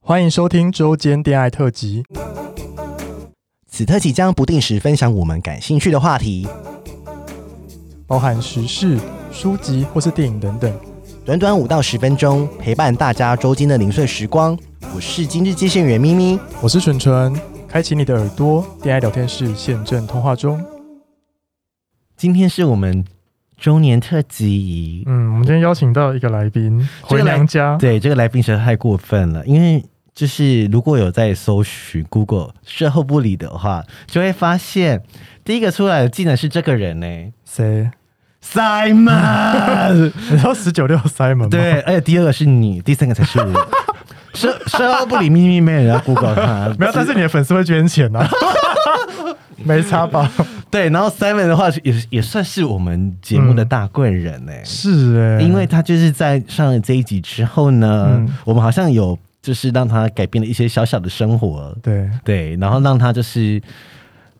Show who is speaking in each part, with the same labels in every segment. Speaker 1: 欢迎收听周间恋爱特辑。
Speaker 2: 此特辑将不定时分享我们感兴趣的话题，
Speaker 1: 包含时事、书籍或是电影等等。
Speaker 2: 短短五到十分钟，陪伴大家周间的零碎时光。我是今日接线员咪咪，
Speaker 1: 我是纯纯，开启你的耳朵，恋爱聊天室现正通话中。
Speaker 3: 今天是我们周年特辑，
Speaker 1: 嗯，我们今天邀请到一个来宾
Speaker 3: 这
Speaker 1: 回
Speaker 3: 个来
Speaker 1: 娘家，
Speaker 3: 对这个来宾实在太过分了，因为就是如果有在搜寻 Google 事后不理的话，就会发现第一个出来的竟然是这个人呢、
Speaker 1: 谁？
Speaker 3: Simon，
Speaker 1: 你知道十九六 Simon 吗？
Speaker 3: 对，而且第二个是你，第三个才 是我。事事后不理秘密没有人要 Google 他，
Speaker 1: 没有，但是你的粉丝会捐钱 啊，没差吧？
Speaker 3: 对，然后 Simon 的话也也算是我们节目的大贵人呢、
Speaker 1: 是哎、
Speaker 3: 因为他就是在上了这一集之后呢，
Speaker 1: 嗯
Speaker 3: 我们好像有就是让他改变了一些小小的生活，
Speaker 1: 对，
Speaker 3: 对，然后让他就是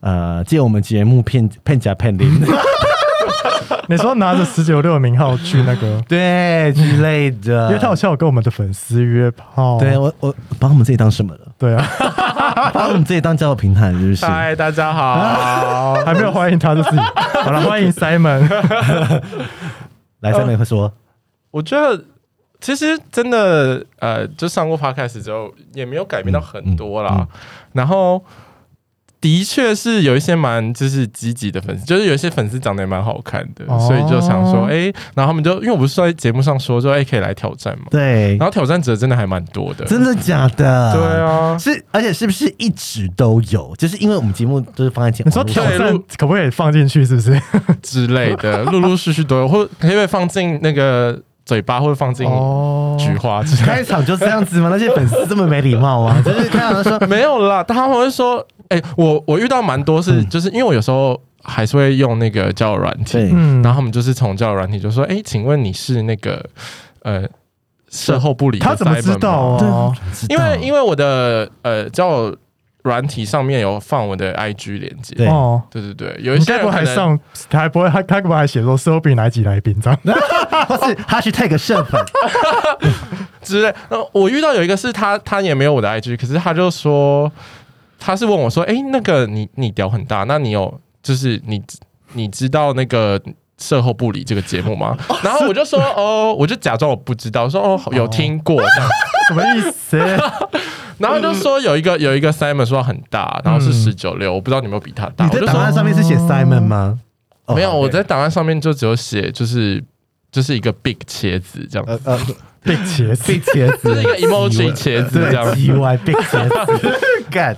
Speaker 3: 呃借我们节目骗骗假 骗零，，
Speaker 1: 你说拿着十九六的名号去那个
Speaker 3: 对之类的，
Speaker 1: 因为他好像有跟我们的粉丝约炮，
Speaker 3: 对我我把我们自己当什么 了？
Speaker 1: 对啊，
Speaker 3: 把我们自己当交友平台是不是？
Speaker 4: 嗨，大 家好，
Speaker 1: 还没有欢迎他就 自己，好了，欢迎 Simon，
Speaker 3: 来，上面会说，
Speaker 4: 我觉得其实真的，呃，就上过 podcast 之后，也没有改变到很多啦。
Speaker 3: 嗯嗯
Speaker 4: 然后，的确是有一些蛮就是积极的粉丝，就是有一些粉丝长得也蛮好看的，
Speaker 1: 哦
Speaker 4: 所以就想说，哎、然后他们就因为我不是在节目上说，就哎、诶可以来挑战嘛。
Speaker 3: 对
Speaker 4: 然，
Speaker 1: 哎
Speaker 4: 后挑战者真的还蛮多的，
Speaker 3: 嗯真的假的？
Speaker 4: 对。啊，
Speaker 3: 是，而且是不是一直都有？就是因为我们节目都是放在节目
Speaker 1: 你说挑
Speaker 4: 对
Speaker 1: 战
Speaker 4: 录
Speaker 1: 可不可以放进去？是不是？
Speaker 4: 之类的，陆陆续续都有，或可不可以放进那个嘴巴，或者放进
Speaker 1: 哦
Speaker 4: 菊花之类的。
Speaker 3: 开场就这样子吗？那些粉丝这么没礼貌 啊！就是看到 他说
Speaker 4: 没有啦，他们会说，哎、我我遇到蛮多是，
Speaker 1: 嗯
Speaker 4: 就是因为我有时候还是会用那个交友软体，
Speaker 3: 对
Speaker 1: 嗯
Speaker 4: 然后他们就是从交友软体就说，哎、请问你是那个呃事后不理的
Speaker 1: 他怎么
Speaker 4: Simon 吗
Speaker 1: 知道哦？
Speaker 4: 因为因为我的呃交友软体上面有放我的 IG 连接，
Speaker 3: 对
Speaker 1: 哦，
Speaker 4: 对对对，有一
Speaker 1: 你
Speaker 4: 些
Speaker 1: 该
Speaker 4: 人
Speaker 1: 不会还
Speaker 4: 可能
Speaker 1: 上，他还不会，他他该不会还写说是后比哪几来宾这样？
Speaker 3: 或是他去 tag 剩粉，
Speaker 4: 之类。然后我遇到有一个是他，他也没有我的 IG，可是他就说，他是问我说，哎、那个你你屌很大，那你有就是你你知道那个。售后不理这个节 目吗？然后我就说哦，我就假装我不知道，说哦有听过这样，
Speaker 1: 什么意思？
Speaker 4: 然后就说有一个有一个 Simon 说很大，然后是
Speaker 1: 嗯
Speaker 4: 十九六，我不知道你有没有比他大。
Speaker 3: 你
Speaker 4: 我
Speaker 3: 在
Speaker 4: 就
Speaker 3: 档
Speaker 4: 说
Speaker 3: 案上面是写 Simon 吗？哦
Speaker 4: 没有，
Speaker 3: 好
Speaker 4: 我在档案上面就只有写就是就是一个 big 茄子这样，
Speaker 3: 呃呃，
Speaker 1: 被茄子
Speaker 3: 被茄子，
Speaker 4: 就 是一个 emoji 茄子这样
Speaker 3: 对，意外被茄 子 干，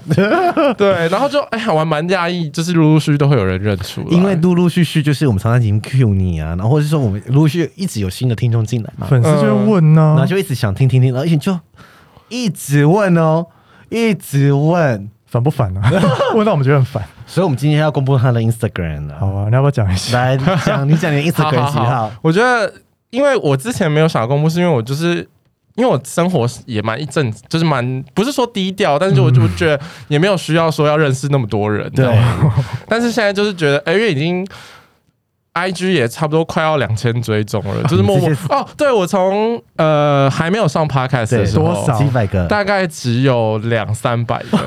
Speaker 4: 对，然后就哎呀，我还蛮讶异，就是陆陆续续都会有人认出来，
Speaker 3: 因为陆陆续续就是我们常常已经 Q 你啊，然后或是说我们陆陆续续一直有新的听众进来嘛，
Speaker 1: 粉丝就会问呢
Speaker 3: 然后，就一直想听听听，而且就一直问哦，一直问，
Speaker 1: 烦不烦 啊？问到我们觉得很烦。
Speaker 3: 所以我们今天要公布他的 Instagram 了。
Speaker 1: 好啊，你要不要讲一下？
Speaker 3: 来讲，你讲 你的 Instagram
Speaker 4: 好
Speaker 3: 几
Speaker 4: 好
Speaker 3: 号
Speaker 4: 好？我觉得，因为我之前没有想要公布，是因为我就是。因为我生活也蛮一阵子，就是蛮不是说低调，但是我
Speaker 3: 嗯
Speaker 4: 就觉得也没有需要说要认识那么多人。
Speaker 3: 对，
Speaker 4: 但是现在就是觉得，哎、因为已经 I G 也差不多快要两千追踪了，就是默 默
Speaker 3: 你这些
Speaker 4: 哦，对我从呃还没有上 podcast 的
Speaker 3: 对
Speaker 4: 时候，
Speaker 1: 多少
Speaker 3: 几百个，
Speaker 4: 大概只有两三百个，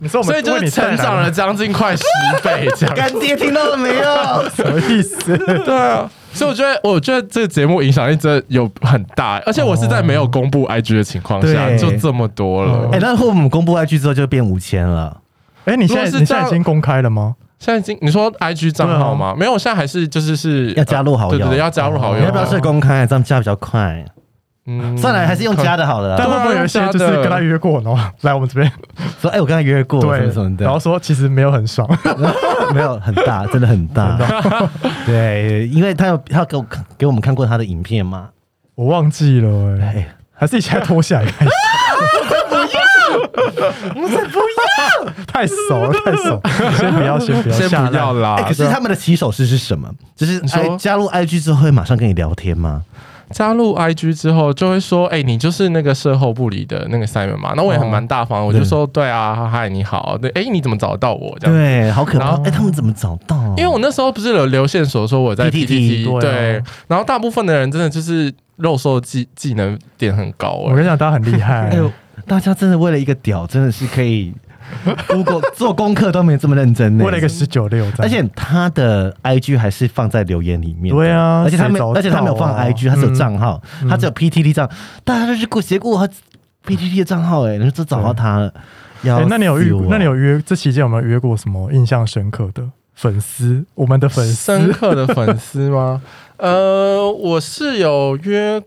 Speaker 1: 你说我们
Speaker 4: 所以就
Speaker 1: 为
Speaker 4: 是
Speaker 1: 你带来
Speaker 4: 成长了将近快十倍这 样。
Speaker 3: 干爹听到了没有？
Speaker 1: 什么意思？
Speaker 4: 对啊，所以我觉得，我觉得这个节目影响力真的有很大，而且我是在没有公布 IG 的情况下，
Speaker 3: 哦对
Speaker 4: 就这么多了。
Speaker 3: 哎、那会不会我们公布 IG 之后就变五千了？
Speaker 1: 哎，你现在
Speaker 4: 如果是
Speaker 1: 你现
Speaker 4: 这
Speaker 1: 在
Speaker 4: 样
Speaker 1: 已经公开了吗？
Speaker 4: 现在已经你说 IG 账号吗？没有，我现在还是就是是
Speaker 3: 啊要加入好友
Speaker 4: 呃
Speaker 3: 哦
Speaker 4: 对对对，要加入好友。
Speaker 3: 要不要是公开？这样加比较快。
Speaker 4: 嗯
Speaker 3: 算了，还是用加的好了
Speaker 1: 但
Speaker 3: 啦。
Speaker 1: 会
Speaker 4: 对啊
Speaker 1: 不会有一些就是
Speaker 4: 用加的
Speaker 1: 跟他约过，然后 来我们这边
Speaker 3: 说哎、我跟他约过什么什么
Speaker 1: 对，然后
Speaker 3: 的，
Speaker 1: 说其实没有很爽，
Speaker 3: 没有很大，真的很大。 对，因为他有他有给我看给我们看过他的影片嘛。
Speaker 1: 我忘记了哎。
Speaker 3: 哎，
Speaker 1: 还是你现在脱下来看一下？我才不要！我才不要！太熟了，太熟了，先不要，先不要，
Speaker 4: 先
Speaker 1: 下
Speaker 4: 不
Speaker 1: 来
Speaker 4: 要。啦啊
Speaker 3: 哎，可是他们的起手式是什么？就是
Speaker 4: 说
Speaker 3: 哎，加入 IG 之后会马上跟你聊天吗？
Speaker 4: 加入 IG 之后就会说，哎、你就是那个售后部里的那个 Simon 嘛？那我
Speaker 3: 哦
Speaker 4: 也很蛮大方，我就说，对啊，嗨，你好，对，哎、你怎么找到我这样？
Speaker 3: 对，好可
Speaker 4: 然
Speaker 3: 怕。
Speaker 4: 后
Speaker 3: 哎，他们怎么找到啊？
Speaker 4: 因为我那时候不是有留线索说我在
Speaker 3: PTT
Speaker 4: PTT，
Speaker 1: 对啊
Speaker 4: 对，然后大部分的人真的就是肉搜技技能点很高
Speaker 1: 我
Speaker 4: 哎、
Speaker 1: 跟你讲，大家很厉害
Speaker 3: 哎。呦，大家真的为了一个屌，真的是可以 Google 做功课都没这么认真 呢。
Speaker 1: 为了一个十九六，
Speaker 3: 而且他的 IG 还是放在留言里面的，
Speaker 1: 对啊
Speaker 3: 而且他没
Speaker 1: 谁找
Speaker 3: 有，
Speaker 1: 得
Speaker 3: 而且他没有
Speaker 1: 到
Speaker 3: 放
Speaker 1: 啊
Speaker 3: IG，他只有
Speaker 1: 嗯
Speaker 3: 账号，他只有 PTT 账，大家就是过写过他 PTT 的账号，哎，你就找到他了。
Speaker 1: 哎、
Speaker 3: 要
Speaker 1: 那你有
Speaker 3: 死
Speaker 1: 遇
Speaker 3: 我？
Speaker 1: 那你有约这期间有没有约过什么印象深刻的粉丝？我们的粉
Speaker 4: 深
Speaker 1: 丝
Speaker 4: 刻的粉 丝吗？呃，我是有约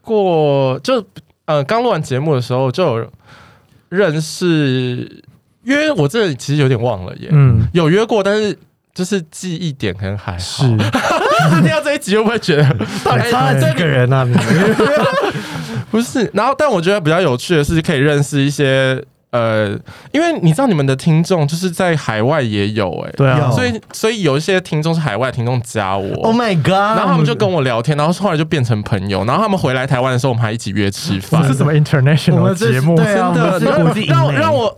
Speaker 4: 过，就呃刚录完节目的时候就有认识，因为我这其实有点忘了耶，
Speaker 1: 嗯
Speaker 4: 有约过，但是就是记忆点可能还好。
Speaker 1: 是
Speaker 4: 听到这一集会不会 觉得到底
Speaker 3: 杀了这个人啊！你
Speaker 4: 不是，然后但我觉得比较有趣的是，可以认识一些呃，因为你知道你们的听众就是在海外也有哎、
Speaker 1: 对啊
Speaker 3: 有，
Speaker 4: 所以所以有一些听众是海外听众加我
Speaker 3: Oh my God！
Speaker 4: 然
Speaker 3: 然
Speaker 4: 后他们就跟我聊天，然后后来就变成朋友。然后他们回来台湾的时候，我们还一起约吃
Speaker 1: 我
Speaker 4: 饭
Speaker 1: 们是。什么
Speaker 3: 我
Speaker 1: international
Speaker 3: 们这是
Speaker 1: 节目？
Speaker 3: 对啊，我们是国际
Speaker 4: 让我
Speaker 3: 影美
Speaker 4: 让我，。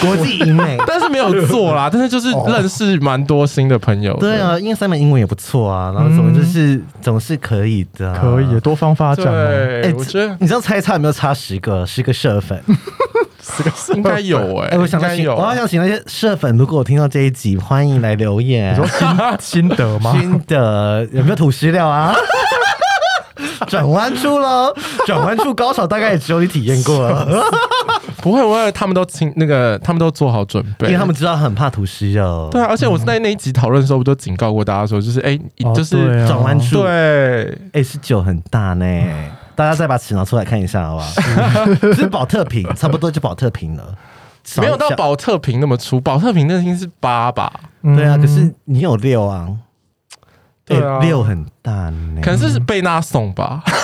Speaker 3: 国际影美
Speaker 4: 但是没有做啦，但是就是认识蛮多新的朋友。
Speaker 3: 哦对，啊，因为 Simon 英文也不错啊，然后总之就是、总是可以的、
Speaker 1: 嗯
Speaker 3: 啊
Speaker 1: 可
Speaker 4: 啊
Speaker 1: 以。多方发展哦，
Speaker 4: 对，
Speaker 3: 哎、
Speaker 4: 我觉得
Speaker 3: 你知道猜差有没有差十个，十个社 粉？
Speaker 4: 应该有哎
Speaker 3: 哎、，我想
Speaker 4: 应
Speaker 3: 到
Speaker 4: 该
Speaker 3: 请，
Speaker 4: 有
Speaker 3: 我。好想请那些社粉，如果我听到这一集，欢迎来留言。
Speaker 1: 你说 心心得吗？
Speaker 3: 新的有没有吐石料啊？ 转弯处喽，转弯处高潮大概也只有你体验过 了，
Speaker 4: 不会不会，他们都清那个，他们都做好准备，
Speaker 3: 因为他们知道很怕吐石料。
Speaker 4: 对啊。而且我在那一集讨论的时候，我都警告过大家说，就是哎，
Speaker 1: 嗯哦
Speaker 4: 就是
Speaker 1: 对啊
Speaker 3: 转弯处，
Speaker 4: 对，
Speaker 3: 哎、是酒很大呢，大家再把尺拿出来看一下，好不 好？是保特瓶，差不多就保特瓶了，少一
Speaker 4: 没有到
Speaker 3: 小。
Speaker 4: 保特瓶那么粗，保特瓶那应该是八吧，
Speaker 1: 嗯
Speaker 3: 对啊，可是你有六啊，
Speaker 4: 对啊
Speaker 3: 哎六很大呢，
Speaker 4: 可能是贝纳颂吧。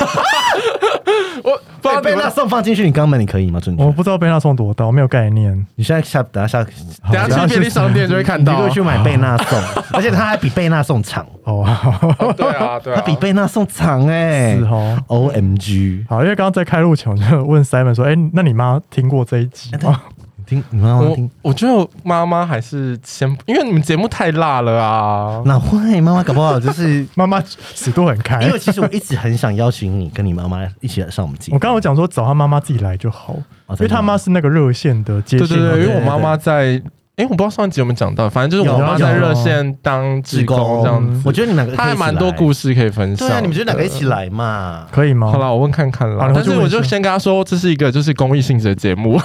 Speaker 4: 我不知
Speaker 3: 哎
Speaker 4: 道
Speaker 3: 被
Speaker 4: 贝
Speaker 3: 那
Speaker 4: 纳，
Speaker 3: 送放进去，你肛门你可以吗？准确
Speaker 4: 哦
Speaker 1: 我，不知道贝纳颂多大，我没有概念。
Speaker 3: 你现在下等下下，等
Speaker 4: 等下去便利商店就会看
Speaker 3: 你就
Speaker 4: 到
Speaker 3: 会。去买贝纳颂，而且它还比贝纳颂长，
Speaker 1: 哦，
Speaker 4: 哦 对啊，对
Speaker 3: 它
Speaker 4: 啊，
Speaker 3: 比贝纳颂长哎、
Speaker 1: 是哦。
Speaker 3: o M G，
Speaker 1: 好，因为刚刚在开录前我就问 Simon 说：“哎、那你妈听过这一集吗
Speaker 3: 你听你妈妈
Speaker 4: 我
Speaker 3: 听，
Speaker 4: 我觉得妈妈还是先，因为你们节目太辣了啊。
Speaker 3: 哪会妈妈搞不 好就是？”
Speaker 1: 妈妈尺度很开
Speaker 3: 因，为其实我一直很想邀请你跟你妈妈一起来上我们节目
Speaker 4: 哦
Speaker 1: 我刚刚有讲说找他妈妈自己来就好，
Speaker 3: 哦
Speaker 1: 因
Speaker 3: 真的
Speaker 1: 为他妈是那个热线的接
Speaker 4: 对
Speaker 1: 线
Speaker 4: 对
Speaker 1: 员，
Speaker 4: 对，因为
Speaker 3: 对
Speaker 4: 我妈妈在，哎，我不知道上一集有没有讲到，反正就是我
Speaker 3: 有
Speaker 4: 妈
Speaker 3: 有
Speaker 4: 在热线当志工这样子，
Speaker 3: 我觉得你们两个
Speaker 4: 她还蛮多
Speaker 3: 事。
Speaker 4: 故事可以分享。
Speaker 3: 对啊，你们就两个一起。来 嘛。
Speaker 1: 可以吗？
Speaker 4: 好啦，我问看看
Speaker 1: 好
Speaker 4: 啦
Speaker 1: 你。回
Speaker 4: 但
Speaker 1: 去
Speaker 4: 是我就
Speaker 1: 问一下
Speaker 4: 先跟她说，这是一个就是公益性质的 节目。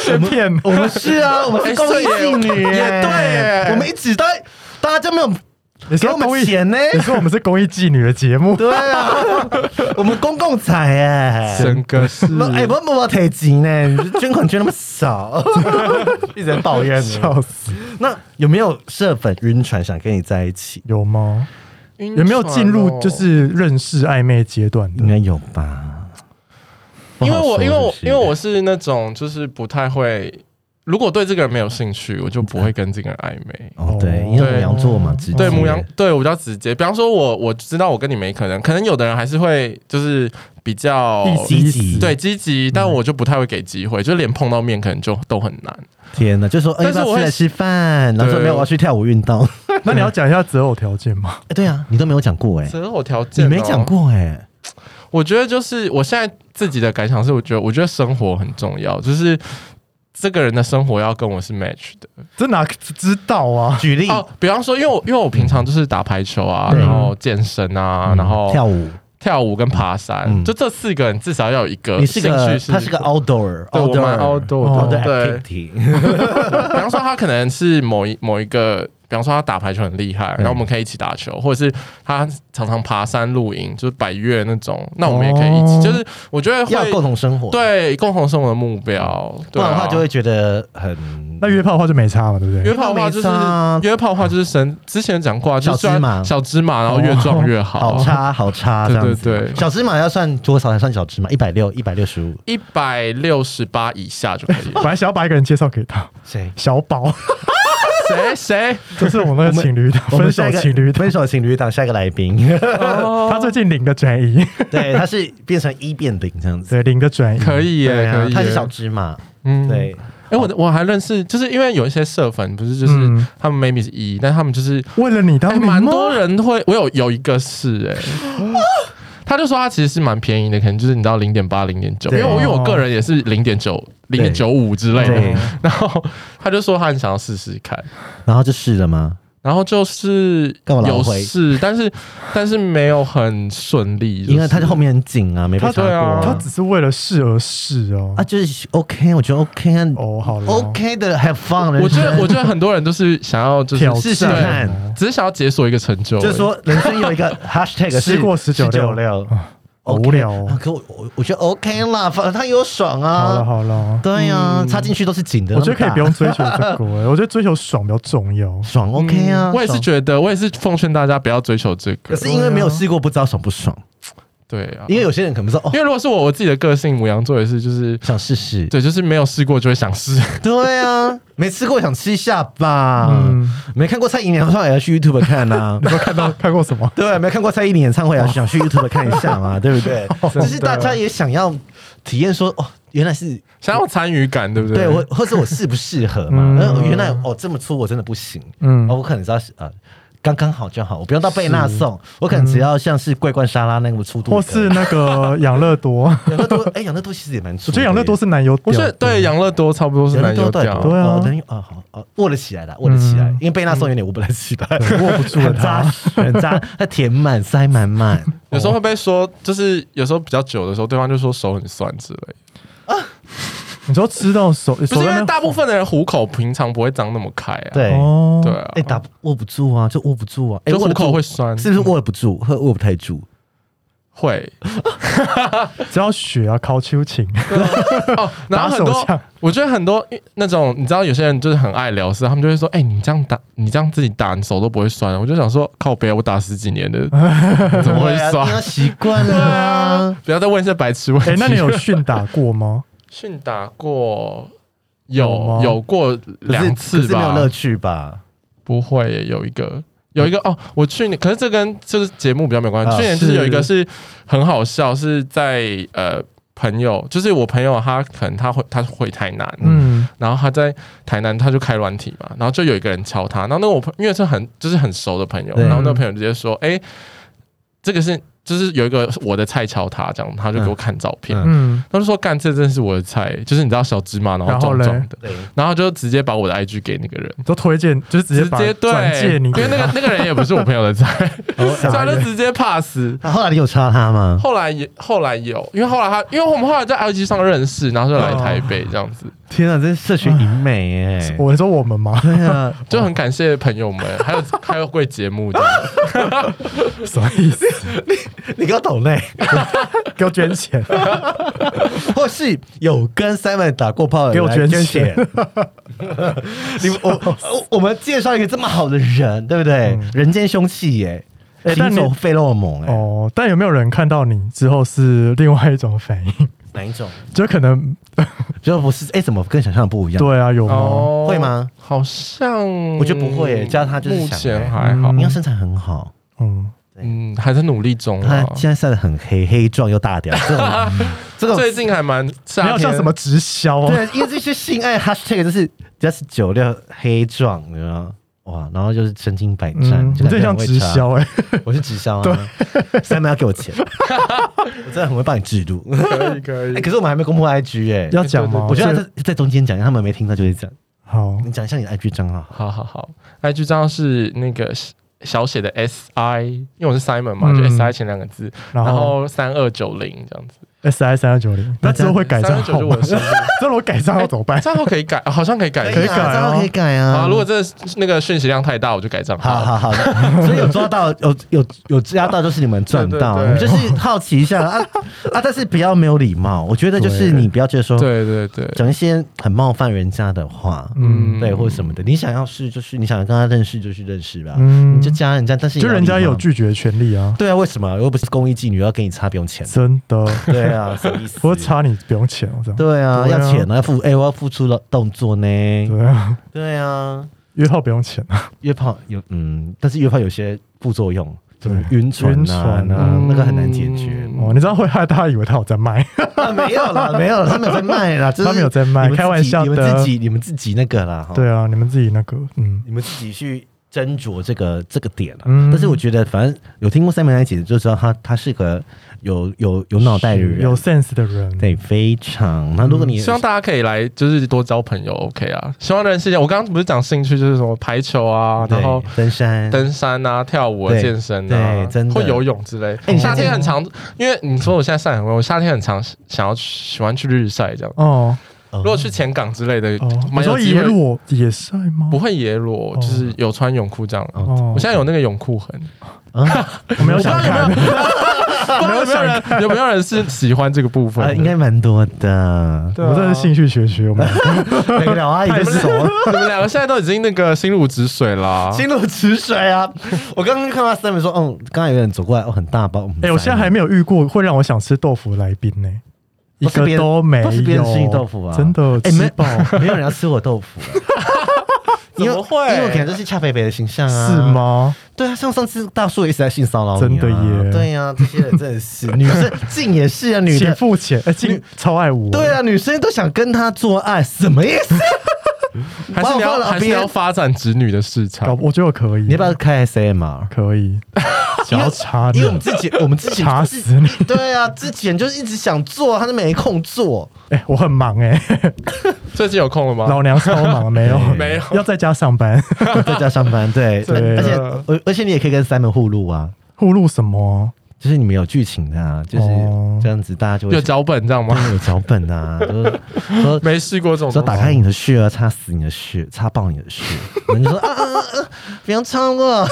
Speaker 1: 先骗
Speaker 3: 我们是啊，我们是公益妓女耶、
Speaker 4: 哎也对耶
Speaker 3: 我们一直在，大家就没有
Speaker 1: 你
Speaker 3: 给
Speaker 1: 说
Speaker 3: 我
Speaker 1: 公
Speaker 3: 们
Speaker 1: 益
Speaker 3: 钱呢、
Speaker 1: 你说我们是公益妓女的节目，
Speaker 3: 对啊， 我们公共财哎、
Speaker 4: 整个是
Speaker 3: 那哎，不不不，提及呢，你捐款捐那么 少， 一直在抱怨呢。
Speaker 1: 笑死，
Speaker 3: 那有没有社粉晕船想跟你在一起？
Speaker 1: 有吗？
Speaker 4: 有
Speaker 1: 有没有
Speaker 3: 哦
Speaker 1: 进入就是认识暧昧阶段
Speaker 3: 应
Speaker 1: 的？
Speaker 3: 该有吧？
Speaker 4: 因为我
Speaker 3: 不好说
Speaker 4: 因为我
Speaker 3: 是不是
Speaker 4: 因为我是那种就是不太会，如果对这个人没有兴趣，我就不会跟这个人暧昧。
Speaker 3: 哦对，因为母羊座嘛，直接
Speaker 4: 对母羊，对我比较直接。比方说我，我知道我跟你没可能，可能有的人还是会就是比较
Speaker 3: 积极，
Speaker 4: 对积
Speaker 3: 嗯
Speaker 4: 极，但我就不太会给机会，就连碰到面可能就都很难。
Speaker 3: 天哪，就说哎，要
Speaker 4: 但
Speaker 3: 不
Speaker 4: 是
Speaker 3: 要出
Speaker 4: 我会
Speaker 3: 来吃饭，然后说
Speaker 4: 对
Speaker 3: 没有，我要去跳舞运动。
Speaker 1: 那你要讲一下择偶条件吗？
Speaker 3: 哎对啊，你都没有讲过哎，
Speaker 4: 择偶条件、哦
Speaker 3: 你没讲，过哎，
Speaker 4: 我觉得就是我现在自己的感想是，我觉得我觉得生活很重要，就是这个人的生活要跟我是 match 的。
Speaker 1: 这哪知道啊？
Speaker 3: 举例
Speaker 4: 哦，比方说，因为我因为我平常就是打排球啊，
Speaker 3: 嗯对
Speaker 4: 然后健身啊，
Speaker 3: 嗯
Speaker 4: 然后
Speaker 3: 跳舞，
Speaker 4: 跳舞跟爬山，
Speaker 3: 嗯
Speaker 4: 就这四个人至少要有一个
Speaker 3: 你是个
Speaker 4: 呃兴趣哦
Speaker 3: 他是个 outdoor，
Speaker 4: 对我蛮
Speaker 3: outdoor
Speaker 4: outdoor 的，
Speaker 3: outdoor
Speaker 4: 对。
Speaker 3: activity，
Speaker 4: 比方说他可能是某一某一个，比方说他打排球很厉
Speaker 3: 嗯
Speaker 4: 害，然后我们可以一起打球，或者是他常常爬山露营，就是百越那种，那我们也可以一起。
Speaker 1: 哦
Speaker 4: 就是我觉得
Speaker 3: 要有共
Speaker 4: 会
Speaker 3: 同生活，，
Speaker 4: 对啊共同生活的目标，
Speaker 3: 不
Speaker 4: 对
Speaker 3: 然的
Speaker 4: 啊
Speaker 3: 话就会觉得很
Speaker 1: 那约炮的话就没差嘛，对不对？
Speaker 4: 约炮的话就是
Speaker 3: 约炮没差啊
Speaker 4: 约炮的话就是神之前讲过啊，就
Speaker 3: 小
Speaker 4: 是
Speaker 3: 芝麻哦
Speaker 4: 小芝麻，然后越壮越好
Speaker 3: 好，差好差这
Speaker 4: 对
Speaker 3: 样
Speaker 4: 对
Speaker 3: 子。
Speaker 4: 对。
Speaker 3: 小芝麻要算多少才算小芝麻？一百六，一百六十五。
Speaker 4: 一百六十八以下就可以 了。
Speaker 1: 本来想要把一个人介绍给他，
Speaker 3: 谁？
Speaker 1: 小 宝，
Speaker 4: 谁谁？
Speaker 1: 就是我们那个情侣的
Speaker 3: 我
Speaker 1: 分
Speaker 3: 们下
Speaker 1: 手
Speaker 3: 一个
Speaker 1: 情侣档
Speaker 3: 分，手情侣档下一个来 宾，
Speaker 4: 哦
Speaker 1: 他最近领个转移，
Speaker 3: 对，他是变成一变零这样子。
Speaker 1: 对，领个转移
Speaker 4: 可以
Speaker 3: 对
Speaker 4: 耶，
Speaker 3: 啊
Speaker 4: 可以。
Speaker 3: 他是小，芝麻，
Speaker 4: 嗯。
Speaker 3: 对，
Speaker 4: 哎，我我还认识，就是因为有一些社粉，不是就是
Speaker 1: 嗯
Speaker 4: 他们 maybe 是一，但他们就是
Speaker 1: 为了你当
Speaker 4: 哎，
Speaker 1: 零
Speaker 4: 蛮
Speaker 1: 吗
Speaker 3: 啊
Speaker 4: 多人会，我有有一个是哎，他就说他其实是蛮便宜的，可能就是你到零点八、零点九，因
Speaker 3: 对哦
Speaker 4: 为我因为我个人也是零点九、零点九五之类的。
Speaker 3: 对，
Speaker 4: 然后他就说他很想要试试看，
Speaker 3: 然后就试了吗？
Speaker 4: 然后就是
Speaker 3: 干嘛老
Speaker 4: 有
Speaker 3: 回
Speaker 4: 试， 但是但是没有很顺利，
Speaker 3: 因为他
Speaker 4: 就
Speaker 3: 就是后面很紧啊，没被
Speaker 4: 他
Speaker 3: 查过
Speaker 4: 对
Speaker 1: 他
Speaker 3: 啊
Speaker 4: 啊
Speaker 1: 只是为了试而试哦。
Speaker 3: 啊，就是 OK，我觉得 OK 啊
Speaker 1: 哦，好了
Speaker 3: ，OK 的，have fun 人生。
Speaker 4: 我觉得我觉得很多人都是想要就是
Speaker 1: 挑
Speaker 3: 试试
Speaker 1: 战
Speaker 3: 看
Speaker 1: 哦
Speaker 4: 只是想要解锁一个成就而已，
Speaker 3: 就是说人生有一 个 hashtag 是
Speaker 1: 吃过19六
Speaker 3: 六，
Speaker 1: 好无聊哦
Speaker 3: 啊可我我我觉得 OK 啦，反正他有爽
Speaker 1: 好了
Speaker 3: 啊，
Speaker 1: 好了，
Speaker 3: 对
Speaker 4: 嗯
Speaker 3: 呀，插进去都是紧的，
Speaker 1: 我觉得可以不用
Speaker 3: 那么
Speaker 1: 追求这个、欸，我觉得追求爽比较重要
Speaker 3: 大。爽 OK 啊，
Speaker 4: 嗯我也是
Speaker 3: 爽。
Speaker 4: 觉得，我也是奉劝大家不要追求这
Speaker 3: 可
Speaker 4: 个，
Speaker 3: 是因为没有试过，不知道爽不爽。
Speaker 4: 对啊，
Speaker 3: 因为有些人可能说哦
Speaker 4: 因，为如果是我我自己的个性，母羊座也是就是。
Speaker 3: 想试试，
Speaker 4: 对，就是没有试过就会想试，
Speaker 3: 对啊，没吃过想吃一下吧。
Speaker 1: 嗯
Speaker 3: 没看过蔡依林演唱会也要去 YouTube 看 啊。
Speaker 1: 你有看到看过什 么？
Speaker 3: 对，没看过蔡依林演唱会啊，想去 YouTube 看一下 嘛，对不对？就是大家也想要体验说，哦，原来是
Speaker 4: 想要参与感，对不
Speaker 3: 对
Speaker 4: 对？
Speaker 3: 我，或者我适不适合嘛？
Speaker 1: 嗯
Speaker 3: 呃原来哦这么粗我真的不行，
Speaker 1: 嗯
Speaker 3: 哦，我可能只要呃刚刚好就好，我不用到贝纳颂，我可能只要像是桂冠沙拉那么粗度的，
Speaker 1: 或是那个养乐多，我
Speaker 3: 养乐多，哎，养乐多其实也蛮粗的耶，
Speaker 1: 觉得养乐多是男友屌，
Speaker 4: 我觉得对养乐多差不多是
Speaker 3: 养
Speaker 4: 男
Speaker 3: 乐多
Speaker 4: 友
Speaker 3: 到底
Speaker 4: 调
Speaker 1: 多，
Speaker 3: 多
Speaker 1: 对啊
Speaker 3: 哦等于啊好哦握得起来了，握得起来，因为贝纳颂有点握不太起来，
Speaker 1: 握不住了
Speaker 3: 很扎
Speaker 1: 他。
Speaker 3: 实，很扎，它填满塞满满。
Speaker 4: 有时候会被说，就是有时候比较久的时候，对方就说手很酸之类的。
Speaker 1: 你知道吃到手，
Speaker 4: 不
Speaker 1: 手
Speaker 4: 是因
Speaker 1: 在
Speaker 4: 为
Speaker 1: 那
Speaker 4: 大部分的人虎口平常不会张那么开啊，
Speaker 3: 对，
Speaker 1: 哦，
Speaker 4: 对，啊
Speaker 3: 哎，打不握不住啊，就握不住啊，哎
Speaker 4: 就
Speaker 3: 握
Speaker 4: 虎
Speaker 3: 得
Speaker 4: 口
Speaker 3: 住
Speaker 4: 会酸，
Speaker 3: 是不是握不住，会握不太住？
Speaker 4: 会
Speaker 1: 只要血啊，烤秋情，
Speaker 4: 哦。然后很
Speaker 1: 打手枪
Speaker 4: 多，我觉得很多那种你知道，有些人就是很爱聊事，他们就会说：“哎，你这样打，你这样自己打，你手都不会酸。”我就想说，靠北，我打十几年 的，怎么会
Speaker 3: 对啊
Speaker 4: 酸
Speaker 3: 你？要习惯了啊。
Speaker 4: 不要再问一些白痴问 题。
Speaker 1: 哎，那你有训打过 吗？
Speaker 4: 训打过
Speaker 1: 有
Speaker 4: 有
Speaker 1: 吗
Speaker 4: 有过
Speaker 3: 可是
Speaker 4: 两次
Speaker 3: 可是没有
Speaker 4: 吧
Speaker 3: 乐？趣吧？
Speaker 4: 不会耶，有一个有一个哦，我去年可是这跟这个节目比较没有关系。
Speaker 3: 啊
Speaker 4: 去年就是
Speaker 1: 是
Speaker 4: 有一个是很好笑，是在呃朋友，就是我朋友他可能他回他回台南，
Speaker 1: 嗯，
Speaker 4: 然后他在台南他就开软体嘛，然后就有一个人敲他，然后那个我朋因为是很就是很熟的朋友，
Speaker 3: 对
Speaker 4: 然后那个朋友直接说，哎、这个是就是有一个我的菜敲他，这样他就给我看照片，
Speaker 3: 嗯
Speaker 1: 嗯，
Speaker 4: 他就说干这真是我的菜，就是你知道小芝麻，然后
Speaker 1: 然后
Speaker 4: 壮
Speaker 1: 嘞
Speaker 4: 壮的，
Speaker 3: 对，
Speaker 4: 然后就直接把我的 IG 给那个人。
Speaker 1: 嗯都推荐，就是直接
Speaker 4: 直
Speaker 1: 把
Speaker 4: 接对
Speaker 1: 转借，你
Speaker 4: 因
Speaker 1: 给
Speaker 4: 为那
Speaker 1: 他，哦
Speaker 4: 个那个人也不是我朋友的菜，所以
Speaker 1: 傻
Speaker 4: 他就
Speaker 1: 眼
Speaker 4: 直接 pass。
Speaker 3: 那后来你有插他吗？
Speaker 4: 后来也后来有，因为后来他，因为我们后来在 IG 上认识，然后就来台北这样子，
Speaker 3: 天啊，这是社群影美哎、
Speaker 1: 我你说我们吗？
Speaker 3: 对啊，
Speaker 4: 就很感谢朋友们，还有还有贵节目的，
Speaker 1: 什么意思？
Speaker 3: 你给我抖泪，
Speaker 1: 给我捐钱，
Speaker 3: 或是有跟 Simon 打过炮的
Speaker 1: 给我
Speaker 3: 来
Speaker 1: 捐
Speaker 3: 捐
Speaker 1: 钱
Speaker 3: 钱。 你们我我我们介绍一个这么好的人，对不对？人间凶器耶、
Speaker 1: 嗯哎但
Speaker 3: 行
Speaker 1: 你
Speaker 3: 走费洛蒙哎、
Speaker 1: 哦，但有没有人看到你之后是另外一种反应？
Speaker 3: 哪一种？
Speaker 1: 就可能
Speaker 3: 就不是哎、怎么跟想象的不一样？，
Speaker 1: 对啊，有吗？
Speaker 4: 哦
Speaker 3: 会吗？
Speaker 4: 好像
Speaker 3: 我觉得不会耶加他就是
Speaker 4: 目
Speaker 3: 想
Speaker 4: 前
Speaker 3: 耶嗯
Speaker 4: 还好
Speaker 3: 你，要身材很好，
Speaker 1: 嗯，
Speaker 4: 嗯，还在努力中
Speaker 1: 哦
Speaker 3: 他
Speaker 4: 啊。
Speaker 3: 现在晒得很黑，黑壮又大屌，这种 这种
Speaker 4: 最近还蛮
Speaker 1: 没
Speaker 4: 没
Speaker 1: 有像什么直销哦，
Speaker 3: 对，因为这些性爱 hashtag 就是 just 九六黑壮，你知道吗？哇，然后就是身经百战，
Speaker 1: 嗯，
Speaker 3: 就
Speaker 1: 你
Speaker 3: 感觉
Speaker 1: 这像
Speaker 3: 很会
Speaker 1: 直
Speaker 3: 查，
Speaker 1: 销哎，
Speaker 3: 我是直销啊。三妹要给我钱， 我真的很会帮你制 度。
Speaker 4: 可以可
Speaker 3: 哎、可是我们还没公布 IG 哎、
Speaker 1: 要讲
Speaker 4: 哦
Speaker 1: 吗？
Speaker 3: 我觉得在在中间讲，他们没听到就会讲。
Speaker 1: 好，
Speaker 3: 你讲一下你的 IG 账号，
Speaker 4: 好好好，IG 账号是那个小写的 S I，因为我是 Simon 嘛，就
Speaker 1: 嗯
Speaker 4: S I 前两个字，
Speaker 1: 然
Speaker 4: 然
Speaker 1: 后
Speaker 4: 后三二九零这样子，
Speaker 1: S I 三二九零，那之后会改
Speaker 4: 三
Speaker 1: 账
Speaker 4: 二九
Speaker 1: 号
Speaker 4: 是
Speaker 1: 吗
Speaker 4: 我的？ 生日。
Speaker 1: 之后我改账号怎么 办？
Speaker 4: 账号可以改，啊好像可以改。
Speaker 1: 可以
Speaker 3: 啊
Speaker 1: 改哦
Speaker 3: 账哎号可以改啊。
Speaker 4: 啊，如果真的是那个讯息量太大，我就改账
Speaker 3: 好
Speaker 4: 号。
Speaker 3: 好好， 所以有抓到，有有有抓到，就是你们赚到。
Speaker 4: 对对对
Speaker 3: 你们就是好奇一下啊啊，但是不要没有礼貌。我觉得就是你不要觉得说
Speaker 4: 对对对，
Speaker 3: 讲一些很冒犯人家的话，
Speaker 1: 嗯
Speaker 3: 嗯，对，或者什么的。你想要是就是你想跟他认识就是认识吧，
Speaker 1: 嗯
Speaker 3: 你就加人家，但是
Speaker 1: 就
Speaker 3: 也要
Speaker 1: 人家
Speaker 3: 礼貌
Speaker 1: 有拒绝权利啊，
Speaker 3: 对啊，为什么又不是公益妓女要给你擦不 用钱？
Speaker 1: 真的，
Speaker 3: 对啊，什么意思？
Speaker 1: 我查你不用钱哦，这样
Speaker 3: 对啊，
Speaker 1: 对啊
Speaker 3: 要钱啊，要付哎、我要付出了动作呢。
Speaker 1: 对啊，
Speaker 3: 对啊，
Speaker 1: 约炮不用钱啊，
Speaker 3: 约炮有嗯，但是约炮有些副作用，什么
Speaker 1: 对
Speaker 3: 晕船啊，
Speaker 1: 晕船啊
Speaker 3: 那那个很难解决。
Speaker 4: 嗯
Speaker 1: 哦，你知道会害大家以为他有在 卖，
Speaker 3: 啊，没有啦， 没有啦，他们有在卖啦，啊就是
Speaker 1: 他们有在卖
Speaker 3: 你们自己
Speaker 1: 开玩笑的
Speaker 3: 你们自己你们自己那个啦，哈
Speaker 1: 对啊，你们自己那个，嗯，
Speaker 3: 你们自己去斟酌这个这个点了、啊
Speaker 1: 嗯
Speaker 3: 但是我觉得，反正有听过三明来姐就知道她她是个有有有脑袋的人，
Speaker 1: 有嗯 sense 的人，
Speaker 3: 对，非常。那如果你
Speaker 4: 希望大家可以来，就是多交朋友，OK 啊。希望认识一下。我刚刚不是讲兴趣，就是什么排球啊，
Speaker 3: 对
Speaker 4: 然后
Speaker 3: 登山，
Speaker 4: 登山啊、跳舞、啊、
Speaker 3: 对
Speaker 4: 健身啊，
Speaker 3: 对真的哎
Speaker 4: 或游泳之类。
Speaker 3: 你
Speaker 4: 夏
Speaker 3: 现在
Speaker 4: 天很长，因为你说我现在晒很温，我夏天很长，想要去喜欢去日晒这样。
Speaker 1: 哦
Speaker 3: 哦
Speaker 4: 如果去前港之类的
Speaker 1: 哦，，你
Speaker 4: 蛮有
Speaker 1: 说
Speaker 4: 机
Speaker 1: 野
Speaker 4: 会。
Speaker 1: 裸野晒吗？
Speaker 4: 不会野裸，
Speaker 1: 哦
Speaker 4: 就是有穿泳裤这样。
Speaker 1: 哦
Speaker 4: 我现在有那个泳裤痕，
Speaker 3: 啊
Speaker 1: 我没有
Speaker 4: 不知
Speaker 1: 想
Speaker 4: 道有
Speaker 1: 看，
Speaker 4: 没有，
Speaker 3: 哦
Speaker 4: 不知道有没有人有没有人是喜欢这个部分
Speaker 3: 啊，
Speaker 4: 的？
Speaker 3: 应该蛮多的。
Speaker 1: 我们真的是兴趣学学， 我们
Speaker 3: 每个聊阿姨都是熟，
Speaker 4: 你们两个现在都已经那个心如止水啦。
Speaker 3: 心如止水啊！我刚刚看到三明说，嗯，刚才有人走过来，哦，很大包。
Speaker 1: 哎，我现在还没有遇过会让我想吃豆腐的来宾呢，一
Speaker 3: 都是
Speaker 1: 个
Speaker 3: 别人
Speaker 1: 都没有，
Speaker 3: 都是别人吃你豆腐啊，
Speaker 1: 真的
Speaker 3: 哎，
Speaker 1: 吃
Speaker 3: 没
Speaker 1: 饱
Speaker 3: 没有人要吃我豆 腐啊，
Speaker 4: 怎么会
Speaker 3: 因为因为我可能就是恰北北的形象啊，
Speaker 1: 是？吗？
Speaker 3: 对啊，像上次大叔也一直在性骚扰你
Speaker 1: 真
Speaker 3: 啊，
Speaker 1: 的耶
Speaker 3: 对啊，这些人真的是 女生静也是啊，女
Speaker 1: 且
Speaker 3: 的，
Speaker 1: 付钱，哎，进超爱我，
Speaker 3: 对啊，女生都想跟他做爱，什么意思？
Speaker 4: 还是
Speaker 3: 把我
Speaker 4: 你要
Speaker 3: 放到
Speaker 4: 还是
Speaker 3: 别人
Speaker 4: 要发展直女的市
Speaker 1: 搞
Speaker 4: 场？
Speaker 1: 我觉得我可以，
Speaker 3: 你要不要开 SMR？
Speaker 1: 可以，想要插
Speaker 3: 因为我们
Speaker 1: 你，
Speaker 3: 之前，我们之前
Speaker 1: 插死你！
Speaker 3: 对啊，之前就是一直想做，他都没空 做。
Speaker 1: 哎，我很忙哎，
Speaker 4: 最近有空了吗？
Speaker 1: 老娘超忙，没有
Speaker 4: 没有
Speaker 1: 要在家上班，
Speaker 3: 在家上班，对，
Speaker 1: 对啊
Speaker 3: 而而且而而且你也可以跟 Simon 互录啊，
Speaker 1: 呼噜什么？
Speaker 3: 就是你们有剧情的啊，就是
Speaker 1: 哦
Speaker 3: 这样子，大家就会
Speaker 4: 有脚本这样吗？
Speaker 3: 对有脚本啊， 就是说
Speaker 4: 没试过这种
Speaker 3: 说
Speaker 4: 东
Speaker 3: 打
Speaker 4: 西。
Speaker 1: 哦
Speaker 3: 开你的穴啊，插死你的穴，插爆你的穴，然后你就说啊啊啊啊，不要插 我，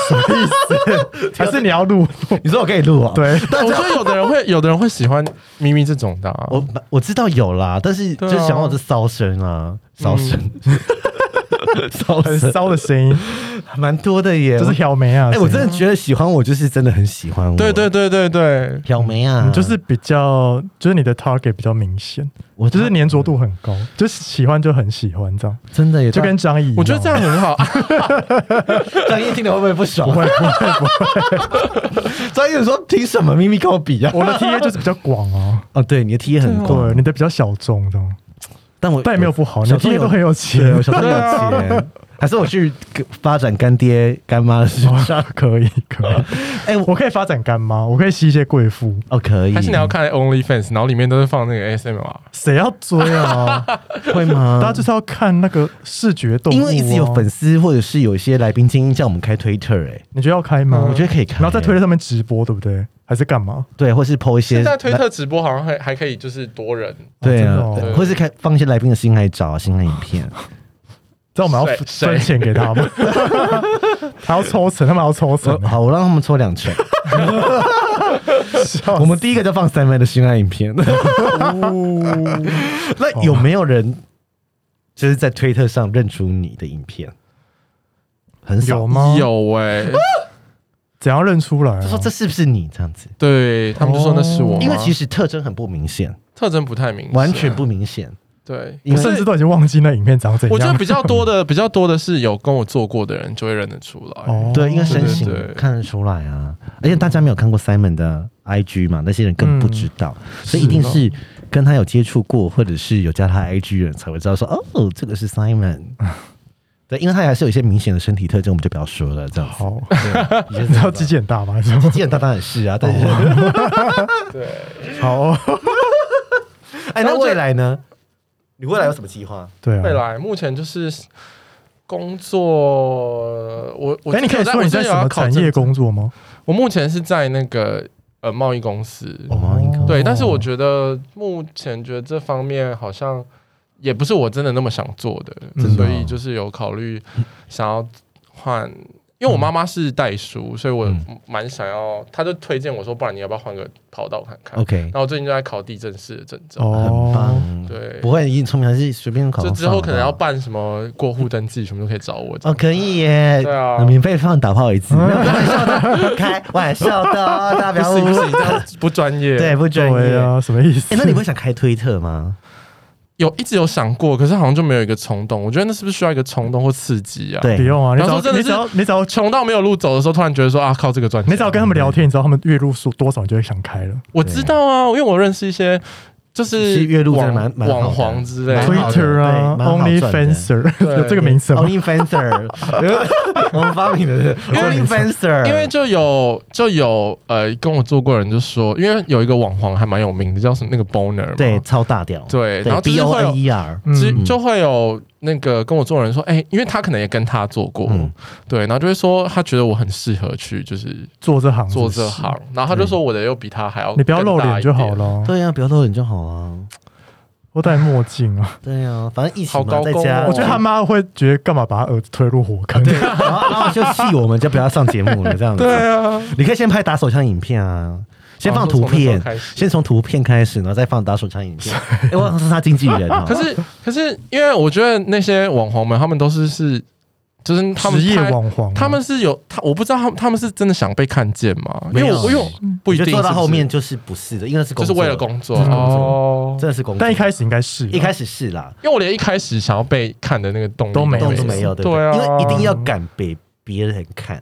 Speaker 1: 还是你要录？
Speaker 3: 你说我可以录啊？，
Speaker 1: 对，
Speaker 4: 我觉得有的 人会，有的人会喜欢咪咪这种的、啊。
Speaker 3: 我我知道有啦，但是就
Speaker 4: 对啊
Speaker 3: 是想要这骚声啊，骚声，
Speaker 1: 嗯
Speaker 3: 骚
Speaker 1: 很
Speaker 3: 声
Speaker 1: 骚的声音，
Speaker 3: 蛮多的耶，
Speaker 1: 就是挑眉啊。
Speaker 3: 哎，我真
Speaker 1: 的
Speaker 3: 的觉得喜欢我就是真的很喜欢我，
Speaker 4: 对对对对对，
Speaker 3: 挑眉啊，
Speaker 1: 你嗯就是比较，就是你的 target 比较明显，
Speaker 3: 我
Speaker 1: 就是粘着度很高，就是喜欢就很喜欢这样，
Speaker 3: 真的也
Speaker 1: 就 跟张译一样。
Speaker 4: 我觉得这样 很好。啊
Speaker 3: 张毅听了会不会不爽？
Speaker 1: 不会不会不会，
Speaker 3: 张毅说凭什么咪咪跟我比啊？
Speaker 1: 我的 TA 就是比较广哦，
Speaker 3: 哦，对，啊你的 T 也很 广，
Speaker 1: 对，你的比较小众这样，
Speaker 3: 但我
Speaker 1: 但也没有不好，你
Speaker 3: 小
Speaker 1: 的
Speaker 3: 时候
Speaker 1: TA 都很有钱
Speaker 3: 对，我，啊小时候有钱，还是我去发展干爹干妈的市场？
Speaker 1: 哦 可以可以，
Speaker 3: 哎，我
Speaker 1: 我可以发展干妈，我可以吸一些贵妇，
Speaker 3: 哦可以，
Speaker 4: 还是你要看 OnlyFans，然后里面都是放那个 SMR。
Speaker 1: 谁要追 啊？
Speaker 3: 会吗？
Speaker 1: 大家就是要看那个视觉动物、啊
Speaker 3: 因为一直有粉，丝或者是有一些来宾精英叫我们开 Twitter，哎，
Speaker 1: 你觉得要开吗？
Speaker 3: 我觉得可以开，
Speaker 1: 嗯然后在推特上面直播，对不对？还是干嘛？
Speaker 3: 对，或是 PO 一些
Speaker 4: 现在推特直播好像还还可以，就是多人。
Speaker 3: 对啊
Speaker 1: 哦真的
Speaker 4: 哦，
Speaker 3: 或是开放一些来宾的新爱照、新爱影片，
Speaker 1: 知道我们要
Speaker 4: 谁谁
Speaker 1: 分钱给他吗？ 还要抽成，他们还要抽成
Speaker 3: 我，好，我让他们抽两成。我们第一个就放三妹的新爱影片。 那有没有人就是在推特上认出你的影片？很
Speaker 1: 有啊
Speaker 3: 少。
Speaker 1: 吗？，
Speaker 4: 有哎、
Speaker 1: 怎样认出来啊？
Speaker 3: 就说这是不是你这样子？
Speaker 4: 对他们就说那是我吗，
Speaker 3: 因为其实特征很不明显，
Speaker 4: 特征不太明显，
Speaker 3: 完全不明显。
Speaker 4: 对。
Speaker 3: 因
Speaker 1: 我
Speaker 3: 为
Speaker 1: 甚至都已经忘记那影片长怎样。
Speaker 4: 我觉得比较多的，比 较多的是有跟我做过的人就会认得出来。
Speaker 1: 哦
Speaker 3: 对，因为身
Speaker 4: 对
Speaker 3: 形
Speaker 4: 对对
Speaker 3: 看得出来啊，而且大家没有看过 Simon 的 IG 嘛，那些人根本不知道，所以一定是跟他有接触过，或者是有加他 IG 的人才会知道说，哦，这个是 Simon。对，因为他还是有一些明显的身体特征，我们就不要说了，这样子。
Speaker 1: 好，
Speaker 3: 你就
Speaker 1: 你知道
Speaker 3: 道
Speaker 1: 鸡鸡很大吗？还是什么
Speaker 3: 肌肉大当然是 啊，但是
Speaker 4: 对，
Speaker 1: 好哦，
Speaker 3: 哎，那未来呢？你未来有什么计划？
Speaker 1: 对
Speaker 4: 未
Speaker 1: 啊。
Speaker 4: 来目前就是工作，我我
Speaker 1: 哎，你可以说你在什么产业？
Speaker 4: 我最近有要考证
Speaker 1: 工作吗？
Speaker 4: 我目前是在那个呃贸易公司，
Speaker 3: 哦贸易公司
Speaker 4: 对，但是我觉得目前觉得这方面好像也不是我真的那么想做的，
Speaker 1: 嗯
Speaker 4: 所以就是有考虑想要换，因
Speaker 1: 嗯
Speaker 4: 为我妈妈是代书，所以我
Speaker 3: 嗯
Speaker 4: 蛮想要，她就推荐我说，不然你要不要换个跑道看看
Speaker 3: OK
Speaker 4: 然后我最近就在考地震师的证照，
Speaker 1: 哦，
Speaker 3: 很棒，
Speaker 4: 对
Speaker 3: 不会，你聪明还是随便考
Speaker 4: 就
Speaker 3: 上吧。
Speaker 4: 之后可能要办什么过户登记，什么都可以找我。
Speaker 3: 哦，可以耶！
Speaker 4: 对啊
Speaker 3: 免费放打炮一次，没有开玩笑的，开玩笑的哦，大家不
Speaker 4: 不
Speaker 3: 要
Speaker 4: 行
Speaker 3: 误
Speaker 4: 不
Speaker 3: 会
Speaker 4: 行，。这样不专业。
Speaker 3: 对，，不专
Speaker 1: 对
Speaker 3: 业。
Speaker 1: 啊，什么意思
Speaker 3: 哎，？那你 会想开推特吗？
Speaker 4: 有一直有想过，可是好像就没有一个冲动。我觉得那是不是需要一个冲动或刺激啊？，
Speaker 3: 对，
Speaker 1: 不用啊，你只
Speaker 4: 然
Speaker 1: 要
Speaker 4: 后真的
Speaker 1: 你只
Speaker 4: 是
Speaker 1: 要你只要
Speaker 4: 穷到没有路走的时候，突然觉得说啊，靠这个赚钱。
Speaker 1: 你只要跟他们聊天，你知道他们月入数多少，你就会想开了。
Speaker 4: 我知道啊，因为我认识一些就是
Speaker 3: 其实月入真的
Speaker 4: 网
Speaker 3: 蛮蛮好的
Speaker 4: 网黄之类
Speaker 3: 蛮好
Speaker 4: 的。
Speaker 3: 的
Speaker 1: Twitter 啊
Speaker 3: 对蛮好赚的哦
Speaker 1: ，OnlyFanser
Speaker 4: 对
Speaker 1: 有这个名词吗？
Speaker 3: Only Fencer，我们发明的
Speaker 4: 因为
Speaker 3: Only Fencer，
Speaker 4: 因为就有就有呃跟我做过的人就说，因为有一个网黄还蛮有名的，叫什么那个 Boner 嘛
Speaker 3: 对超大屌，
Speaker 4: 对，然后就
Speaker 3: B
Speaker 4: 是
Speaker 3: O
Speaker 4: 会
Speaker 3: N
Speaker 4: 有
Speaker 3: E R，
Speaker 4: 只
Speaker 1: 嗯
Speaker 4: 就会有那个跟我做的人说，哎、因为他可能也跟他做过，
Speaker 3: 嗯
Speaker 4: 对，然后就会说他觉得我很适合去就是
Speaker 1: 做这行
Speaker 4: 做
Speaker 1: 是不
Speaker 4: 这
Speaker 1: 是
Speaker 4: 行，然后他就说我的又比他还要，
Speaker 1: 你不要露脸就好。了。
Speaker 3: 对呀，不要露脸就好啊，
Speaker 1: 我戴墨镜啊，
Speaker 3: 对呀，反正疫情
Speaker 4: 好
Speaker 3: 嘛，
Speaker 4: 高
Speaker 3: 在
Speaker 4: 工
Speaker 3: 家，
Speaker 4: 哦
Speaker 1: 我觉得他妈会觉得干嘛把他儿子推入火坑？
Speaker 3: 然后然后就气我们就不要上节目了，这样子。
Speaker 4: 对啊，
Speaker 3: 你可以先拍打手枪影片啊，先放
Speaker 4: 哦
Speaker 3: 图
Speaker 4: 从那时
Speaker 3: 片
Speaker 4: 候，开始
Speaker 3: 先从图片开始，然后再放打手枪影 片。哎，我好像是他经纪人哦，
Speaker 4: 可是可是因为我觉得那些网红们，他们都是是就是他们
Speaker 1: 职业
Speaker 4: 拍
Speaker 1: 网黄啊，
Speaker 4: 他们是有他，我不知道他们他们是真的想被看见吗？因
Speaker 3: 没
Speaker 4: 为
Speaker 3: 有
Speaker 4: 我因为我不
Speaker 3: 我
Speaker 4: 一
Speaker 3: 觉
Speaker 4: 定
Speaker 3: 得做到
Speaker 4: 是不
Speaker 3: 后
Speaker 4: 是
Speaker 3: 面就是不是的，因为是
Speaker 4: 就
Speaker 3: 工
Speaker 4: 是
Speaker 3: 作
Speaker 4: 为了工作
Speaker 3: 就是工作
Speaker 4: 哦。
Speaker 3: 真的是工作。
Speaker 1: 嗯但一开始应该是啊
Speaker 3: 一开
Speaker 1: 始
Speaker 3: 始是啦，
Speaker 4: 因为我连一开始想要被看的那个动力
Speaker 1: 都没有
Speaker 3: 动都没有，对
Speaker 4: 对
Speaker 3: 不对？
Speaker 4: 啊，
Speaker 3: 因为一定要敢给别人看。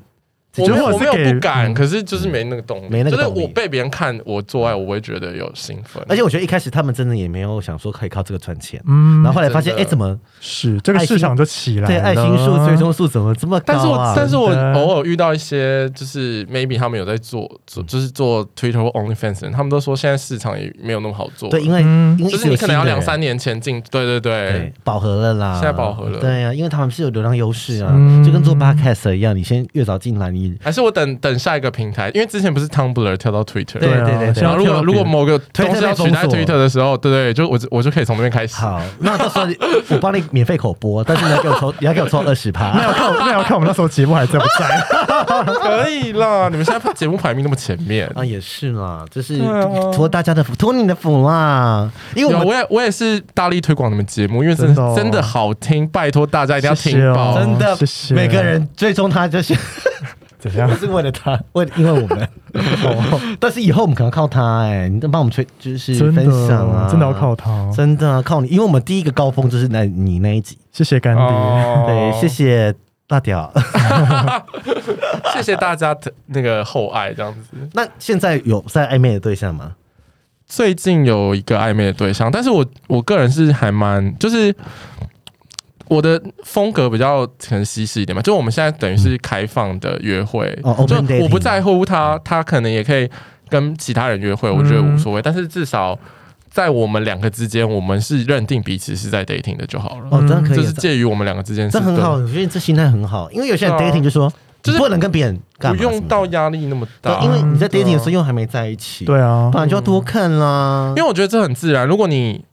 Speaker 4: 我没
Speaker 1: 就
Speaker 4: 有
Speaker 1: 是
Speaker 4: 我
Speaker 1: 我是
Speaker 4: 没有
Speaker 1: 给
Speaker 4: 不敢，
Speaker 1: 嗯
Speaker 4: 可是就是没那个动力，
Speaker 3: 没那个
Speaker 4: 就是
Speaker 3: 动力
Speaker 4: 我被别人看我做爱，我会觉得有兴奋，
Speaker 3: 而且我觉得一开始他们真的也没有想说可以靠这个赚钱，
Speaker 1: 嗯
Speaker 3: 然后后来发现，
Speaker 4: 真
Speaker 3: 哎，
Speaker 4: 的
Speaker 3: 怎么
Speaker 1: 是这个市场就起来了，
Speaker 3: 对爱心数、追踪数怎么这么高
Speaker 4: 但是我、
Speaker 3: 啊？
Speaker 4: 但是我
Speaker 1: 真的
Speaker 4: 偶尔遇到一些就是 maybe 他们有在做做就是做 Twitter 或 OnlyFans 的人，他们都说现在市场也没有那么好做，
Speaker 3: 对，因为
Speaker 1: 嗯
Speaker 3: 因为一
Speaker 4: 就是
Speaker 3: 直有
Speaker 4: 你可能要
Speaker 3: 新的
Speaker 4: 两
Speaker 3: 人
Speaker 4: 三年前进，对对对
Speaker 3: 对，饱和了啦，
Speaker 4: 现在饱和了
Speaker 3: 对啊，因为他们是有流量优势啊，
Speaker 1: 嗯
Speaker 3: 就跟做 podcast 一样，你先越早进来，你
Speaker 4: 还是我等等下一个平台，因为之前不是 Tumblr 跳到 Twitter，
Speaker 3: 对
Speaker 1: 对啊
Speaker 3: 对对对
Speaker 4: 然后如果如果某个东
Speaker 3: Twitter
Speaker 4: 西
Speaker 3: 被
Speaker 4: 要取代
Speaker 3: 封锁
Speaker 4: Twitter 的时候，对对，就我就我就可以从那边开始。
Speaker 3: 好，那到时候你我帮你免费口播，但是你要给我 抽，你要给我抽二十
Speaker 1: 那
Speaker 3: 趴
Speaker 1: 要，看我那要看我们那时候节目还在不 在，
Speaker 4: 可以啦，你们现在节目排名那么前 面。
Speaker 3: 啊，也是啦，就是
Speaker 4: 对啊
Speaker 3: 托大家的福，托你的福啦，因为
Speaker 4: 有，
Speaker 3: 我
Speaker 4: 我
Speaker 3: 们
Speaker 4: 也我也是大力推广你们节目，因为真的
Speaker 1: 真的哦
Speaker 4: 真的好听，拜托大家一定要
Speaker 1: 谢
Speaker 4: 听
Speaker 1: 谢哦
Speaker 4: 爆。
Speaker 3: 真的
Speaker 1: 谢谢
Speaker 3: 每个人追踪他就是。
Speaker 1: 怎
Speaker 3: 不
Speaker 1: 样？
Speaker 3: 是为了他， 为因为我们， 但是以后我们可能要靠他哎、你帮我们推就是
Speaker 1: 真
Speaker 3: 分享
Speaker 1: 的
Speaker 3: 啊，
Speaker 1: 真的要靠他，
Speaker 3: 真的啊，靠你，因为我们第一个高峰就是那你那一集，
Speaker 1: 谢谢干爹。
Speaker 4: 哦
Speaker 3: 对，谢谢大屌。
Speaker 4: 谢谢大家的那个厚爱，这样子。
Speaker 3: 那现在有在暧昧的对象吗？
Speaker 4: 最近有一个暧昧的对象，但是我我个人是还蛮就是。我的风格比较可能西式一点嘛，就我们现在等于是开放的约会，
Speaker 3: 哦
Speaker 4: 就
Speaker 3: ，open dating
Speaker 4: 我不在乎他，他可能也可以跟其他人约会，我觉得无所谓。但是至少在我们两个之间，我们是认定彼此是在 dating 的就好了。
Speaker 3: 哦，
Speaker 1: 嗯
Speaker 3: 这样可
Speaker 4: 就
Speaker 3: 以
Speaker 4: 是，介于我们两个之间，
Speaker 3: 这这很好，，我觉得这心态很好，因为有些人
Speaker 4: 对啊
Speaker 3: dating 就说，
Speaker 4: 就是
Speaker 3: 你不能跟别人干
Speaker 4: 不
Speaker 3: 嘛
Speaker 4: 用到压力那么
Speaker 3: 什么
Speaker 4: 大，
Speaker 3: 的，对因为你在
Speaker 4: 对啊
Speaker 3: dating 的时候又还没在一起，
Speaker 1: 对，啊
Speaker 3: 不，然就要多看啦
Speaker 4: 哦因。为我觉得这很自然。如果你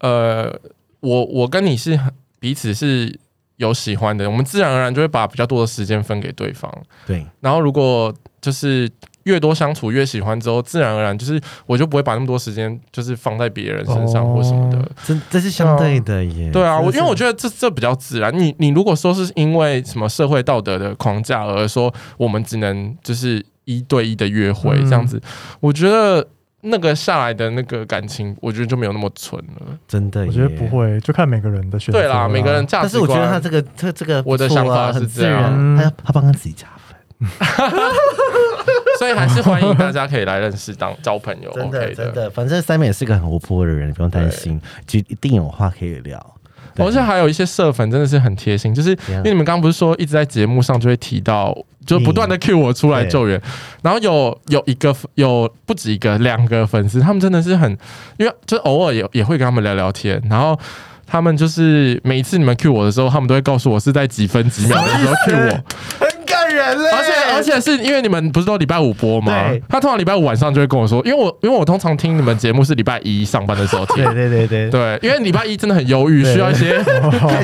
Speaker 4: 呃，我我跟你是很彼此是有喜欢的，我们自然而然就会把比较多的时间分给对方。
Speaker 3: 对，
Speaker 4: 然后如果就是越多相处越喜欢之后，自然而然就是我就不会把那么多时间就是放在别人身上
Speaker 1: 哦
Speaker 4: 或什么的。
Speaker 3: 这这是相对的耶。
Speaker 4: 对啊，我因为我
Speaker 3: 得
Speaker 4: 觉得这这比较自然。你你如果说是因为什么社会道德的框架而说我们只能就是一对一的约会
Speaker 1: 嗯
Speaker 4: 这样子，我觉得那个下来的那个感情，我觉得就没有那么纯了。
Speaker 3: 真的，
Speaker 1: 我觉得不。会，就看每个人的选择。啊
Speaker 4: 对啦，每个人。价
Speaker 3: 啊但
Speaker 4: 值
Speaker 3: 是我
Speaker 4: 观，
Speaker 3: 觉得他这个这这个
Speaker 4: 我的
Speaker 3: 不错啊
Speaker 4: 想法是
Speaker 3: 很自
Speaker 4: 这样
Speaker 3: 然，
Speaker 1: 嗯
Speaker 3: 他他帮他自己加分，
Speaker 4: 所以还是欢迎大家可以来认识当交朋友
Speaker 3: 真的
Speaker 4: 哦，OK
Speaker 3: 真。的，反正 Simon 也是个很活泼的人，你不用担心，就一定有话可以聊。对啊
Speaker 4: 而且还有一些社粉真的是很贴心，就是
Speaker 3: 样
Speaker 4: 因为你们刚刚不是说一直在节目上就会提到，就不
Speaker 3: 嗯
Speaker 4: 断的 cue 我出来救援，然后有有一个有不止一个两个粉丝，他们真的是很，因为就偶尔也也会跟他们聊聊天，然后。他们就是每一次你们 cue 我的时候，他们都会告诉我是在几分几秒的 时候 cue 我，
Speaker 3: 很感人嘞
Speaker 4: 而且而且是因为你们不是都礼拜五播吗
Speaker 3: 对？
Speaker 4: 他通常礼拜五晚上就会跟我说，因为我因为我通常听你们节目是礼拜一上班的时候听
Speaker 3: 对，对对对，
Speaker 4: 对，因为礼拜一真的很忧郁，
Speaker 3: 对
Speaker 4: 需要一些
Speaker 3: 开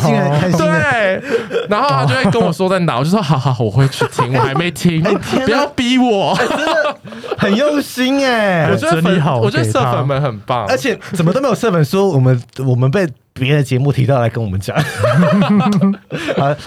Speaker 3: 心的开心的。
Speaker 4: 对， 然后他就会跟我说在哪，我就说 好好，好我会去听，我还没听，
Speaker 3: 哎天哪啊
Speaker 4: 不要逼我。
Speaker 3: 很用心哎、
Speaker 4: 我觉得
Speaker 1: 整理
Speaker 4: 粉
Speaker 1: 好，
Speaker 4: 我觉得
Speaker 1: 给
Speaker 4: 社
Speaker 1: 他
Speaker 4: 粉们很棒，
Speaker 3: 而且怎么都没有社粉说我们我们被别的节目提到来跟我们讲， 好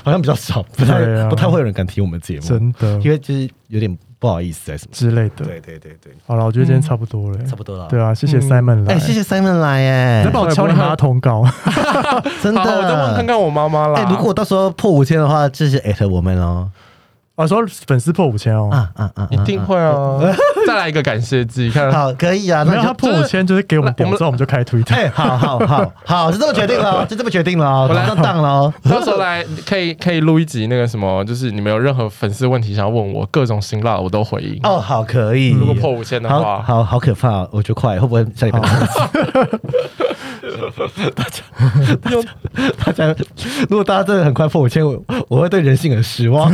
Speaker 3: 好像比较少，不太、
Speaker 1: 对啊
Speaker 3: 不太会有人敢提我们节目，
Speaker 1: 真的
Speaker 3: 因为就是有点不好意思还是什么。
Speaker 1: 之类的。
Speaker 3: 对对对对，
Speaker 1: 好了，我觉得今天差不多了，
Speaker 3: 差不多了
Speaker 1: 对啊，谢谢
Speaker 4: 嗯
Speaker 1: Simon 来，
Speaker 3: 哎、谢谢 Simon 来哎、
Speaker 1: 再帮我敲你妈通告，
Speaker 3: 真的，
Speaker 4: 好，我再问看看我妈妈啦。
Speaker 3: 哎、如果到时候破五千的话，就是艾特我们哦。
Speaker 1: 哦，说粉丝破五千哦，
Speaker 3: 啊啊啊！
Speaker 4: 一定会啊！ 再来一个感谢自己看
Speaker 3: 啊。好，可以啊，
Speaker 1: 没
Speaker 3: 那
Speaker 1: 有
Speaker 3: 就
Speaker 1: 他破五千就是给我们点
Speaker 4: 我们
Speaker 1: 之后我们就开 Twitter，
Speaker 3: 哎，好好好好，就这么决定了，就这么决定了哦，
Speaker 4: 我来
Speaker 3: 上当了哦。
Speaker 4: 到时候来可以可以录一集那个什么，就是你们有任何粉丝问题想要问我，各种辛辣我都回应。
Speaker 3: 哦，好，可以。
Speaker 4: 如果破五千的
Speaker 3: 好
Speaker 4: 话，
Speaker 3: 好好可怕哦，我觉得快，会不会下礼拜？
Speaker 4: 又
Speaker 3: 大家如果大家真的很快破五千，我我会对人性很失望。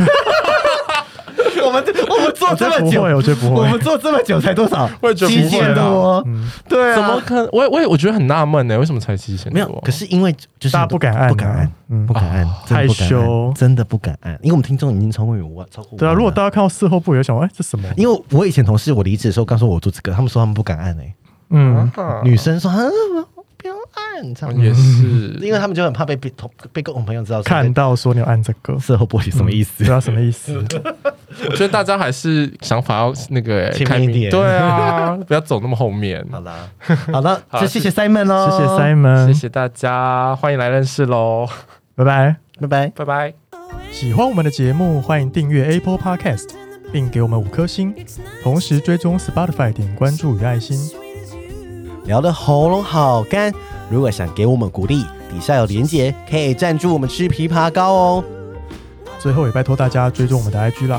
Speaker 3: 我们我们做
Speaker 1: 我觉
Speaker 3: 这
Speaker 1: 得
Speaker 3: 么
Speaker 1: 不
Speaker 3: 久，
Speaker 1: 会，我觉得不
Speaker 3: 我
Speaker 1: 会
Speaker 3: 们，做这么久才多少？
Speaker 4: 我也觉得不会
Speaker 3: 七
Speaker 4: 啊
Speaker 3: 千多，
Speaker 1: 嗯
Speaker 3: 对啊，
Speaker 4: 怎么可能？我也我也我觉得很纳闷呢，为什么才七千多？
Speaker 3: 没有？可是因为就是
Speaker 1: 大家不敢按啊
Speaker 3: 不敢按，
Speaker 1: 嗯
Speaker 3: 不敢按，真的不敢
Speaker 1: 害
Speaker 3: 按
Speaker 1: 羞
Speaker 3: 真的不敢按，因为我们听众已经超过五万，超过
Speaker 1: 对啊，
Speaker 3: 50,000
Speaker 1: 如果
Speaker 3: 了
Speaker 1: 大家看到事后不也想说，哎，这什么？
Speaker 3: 因为我以前同事，我离职的时候告诉我我做这个，他们说他们不敢按欸诶、
Speaker 1: 嗯，
Speaker 4: 啊
Speaker 3: 女生说啊不要按这
Speaker 1: 哦
Speaker 3: 样，
Speaker 4: 也是，
Speaker 3: 因为他们就很怕被被同被共同朋友知道说哎
Speaker 1: 看到说你有按这个，
Speaker 3: 色后玻璃什么意思
Speaker 1: 对？啊，什么意 思？
Speaker 4: 我觉得大家还是想法要那个欸
Speaker 3: 前面
Speaker 4: 开
Speaker 3: 一
Speaker 4: 明，
Speaker 3: 点
Speaker 4: 对啊，不要走那么后面。
Speaker 3: 好啦，好 了，
Speaker 4: 好
Speaker 3: 就谢谢 Simon 哦喽，
Speaker 1: 谢谢
Speaker 4: 谢
Speaker 1: Simon，
Speaker 4: 谢大家，欢迎来认识喽，
Speaker 1: 拜拜。
Speaker 3: 拜拜。
Speaker 4: 拜拜。
Speaker 1: 喜欢我们的节目，欢迎订阅 Apple Podcast，并给我们五颗星，同时追踪 Spotify 点关注与爱心。
Speaker 2: 聊得喉咙好干，如果想给我们鼓励，底下有连结，可以赞助我们吃枇杷膏哦。
Speaker 1: 最后也拜托大家追踪我们的 IG 啦，